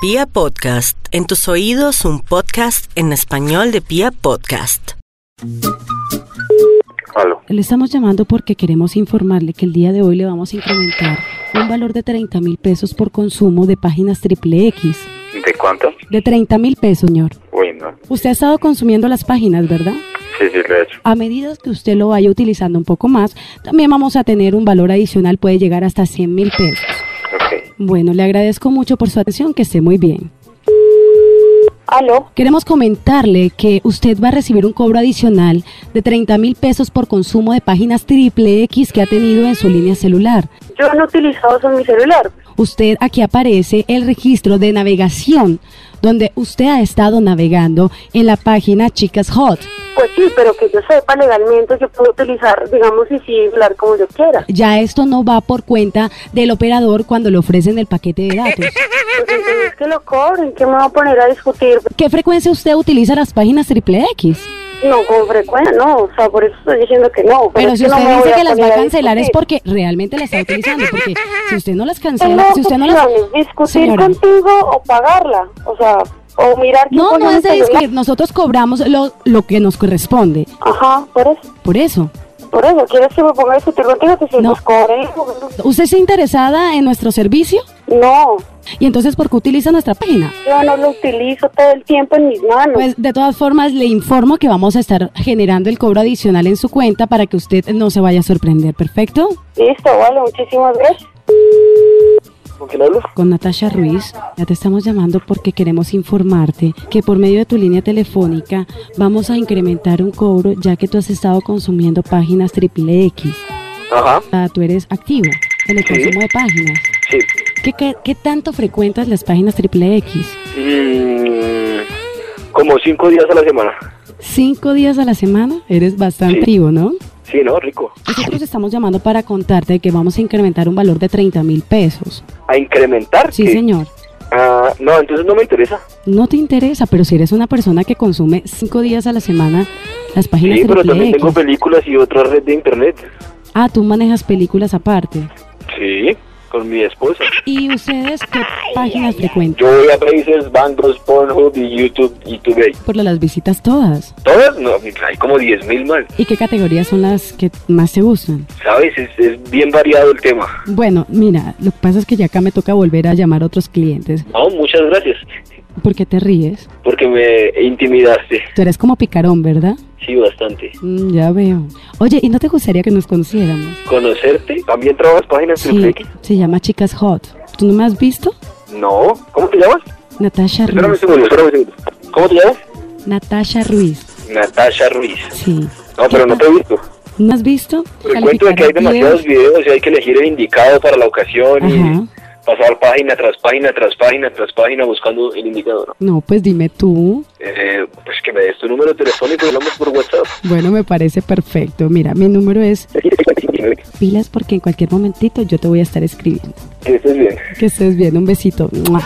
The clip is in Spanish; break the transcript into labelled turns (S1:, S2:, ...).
S1: Pia Podcast, en tus oídos un podcast en español de Pia Podcast.
S2: Aló.
S3: Le estamos llamando porque queremos informarle que el día de hoy le vamos a incrementar un valor de 30 mil pesos por consumo de páginas triple X.
S2: ¿De cuánto?
S3: De 30 mil pesos, señor.
S2: Uy, no.
S3: Usted ha estado consumiendo las páginas, ¿verdad?
S2: Sí, sí, lo he hecho.
S3: A medida que usted lo vaya utilizando un poco más, también vamos a tener un valor adicional, puede llegar hasta 100 mil pesos.
S2: Ok.
S3: Bueno, le agradezco mucho por su atención, que esté muy bien.
S4: Aló,
S3: Queremos comentarle que usted va a recibir un cobro adicional de 30 mil pesos por consumo de páginas triple X que ha tenido en su línea celular.
S4: yo no he utilizado eso en mi celular.
S3: Usted aquí aparece el registro de navegación donde usted ha estado navegando en la página Chicas Hot.
S4: Pues sí, pero que yo sepa legalmente, yo puedo utilizar, digamos, y sí, hablar como yo quiera.
S3: Ya esto no va por cuenta del operador cuando le ofrecen el paquete de datos.
S4: Pues entonces que lo cobren, que me va a poner a discutir?
S3: ¿Qué frecuencia usted utiliza las páginas triple X?
S4: No, con frecuencia, no, o sea, por eso estoy diciendo que no.
S3: Pero
S4: es
S3: si
S4: que no
S3: usted
S4: me voy
S3: dice que las va
S4: poner
S3: a cancelar es
S4: discutir.
S3: porque realmente las está utilizando. Porque si usted no las
S4: Tengo
S3: cancela, si usted no las...
S4: opciones, discutir
S3: Señora.
S4: contigo o pagarla, o sea, o mirar quién
S3: No,
S4: pone
S3: no
S4: mi
S3: es de
S4: celular.
S3: discutir. Nosotros cobramos lo, lo que nos corresponde.
S4: Ajá, por eso,
S3: Por eso.
S4: por eso, ¿quieres que me ponga a discutir contigo? Que si
S3: No.
S4: nos cobren,
S3: ¿Usted está interesada en nuestro servicio?
S4: no,
S3: Y entonces, ¿por qué utiliza nuestra página?
S4: yo no lo utilizo todo el tiempo en mis manos.
S3: Pues de todas formas le informo que vamos a estar generando el cobro adicional en su cuenta para que usted no se vaya a sorprender, ¿perfecto?
S4: Listo, vale, muchísimas gracias.
S2: ¿Con quién hablo?
S3: Con Natasha Ruiz, ya te estamos llamando porque queremos informarte que por medio de tu línea telefónica vamos a incrementar un cobro ya que tú has estado consumiendo páginas triple X.
S2: Ajá.
S3: O sea, tú eres activo en el
S2: Sí.
S3: consumo de páginas.
S2: Sí.
S3: ¿Qué, qué, qué tanto frecuentas las páginas triple X?
S2: Mm, como cinco días a la semana.
S3: ¿Cinco días a la semana? Eres bastante
S2: Sí.
S3: activo, ¿no?
S2: Sí, ¿no? Rico.
S3: Nosotros estamos llamando para contarte que vamos a incrementar un valor de 30 mil pesos.
S2: ¿A incrementar?
S3: Sí,
S2: ¿Qué?
S3: señor.
S2: Ah, no, entonces no me interesa.
S3: No te interesa, pero si eres una persona que consume cinco días a la semana las páginas
S2: Sí, pero
S3: triple
S2: también
S3: X.
S2: tengo películas y otra red de internet.
S3: Ah, tú manejas películas aparte.
S2: Sí, con mi esposa.
S3: ¿Y ustedes qué páginas frecuentan?
S2: Yo voy a países, Bangos, Pornhub y YouTube y Today.
S3: Por lo las visitas todas.
S2: Todas, no, hay como 10.000 más.
S3: ¿Y qué categorías son las que más te gustan?
S2: ¿Sabes? Es, es bien variado el tema.
S3: Bueno, mira, lo que pasa es que ya acá me toca volver a llamar a otros clientes.
S2: No, muchas gracias.
S3: ¿Por qué te ríes?
S2: Porque me intimidaste.
S3: Tú eres como picarón, ¿verdad?
S2: Sí, bastante.
S3: Mm, ya veo. Oye, ¿y no te gustaría que nos conociéramos?
S2: ¿Conocerte? ¿También trabajas páginas triple
S3: Sí,
S2: X?
S3: se llama Chicas Hot. ¿Tú no me has visto?
S2: No. ¿Cómo te llamas?
S3: Natasha
S2: Espérame un
S3: Ruiz.
S2: segundo, espérame un segundo. ¿Cómo te llamas?
S3: Natasha Ruiz,
S2: Natasha Ruiz.
S3: sí.
S2: No, pero no te he visto.
S3: ¿No has visto?
S2: Te Pues cuento de que hay
S3: Calificar
S2: demasiados
S3: videos.
S2: videos y hay que elegir el indicado para la ocasión y pasar página tras página, tras página, tras página buscando el indicado. ¿no?
S3: No, pues dime tú.
S2: Eh, pues que me des tu número telefónico y hablamos por WhatsApp.
S3: Bueno, me parece perfecto. Mira, mi número es pilas porque en cualquier momentito yo te voy a estar escribiendo.
S2: Que estés bien.
S3: Que estés bien, un besito. ¡Mua!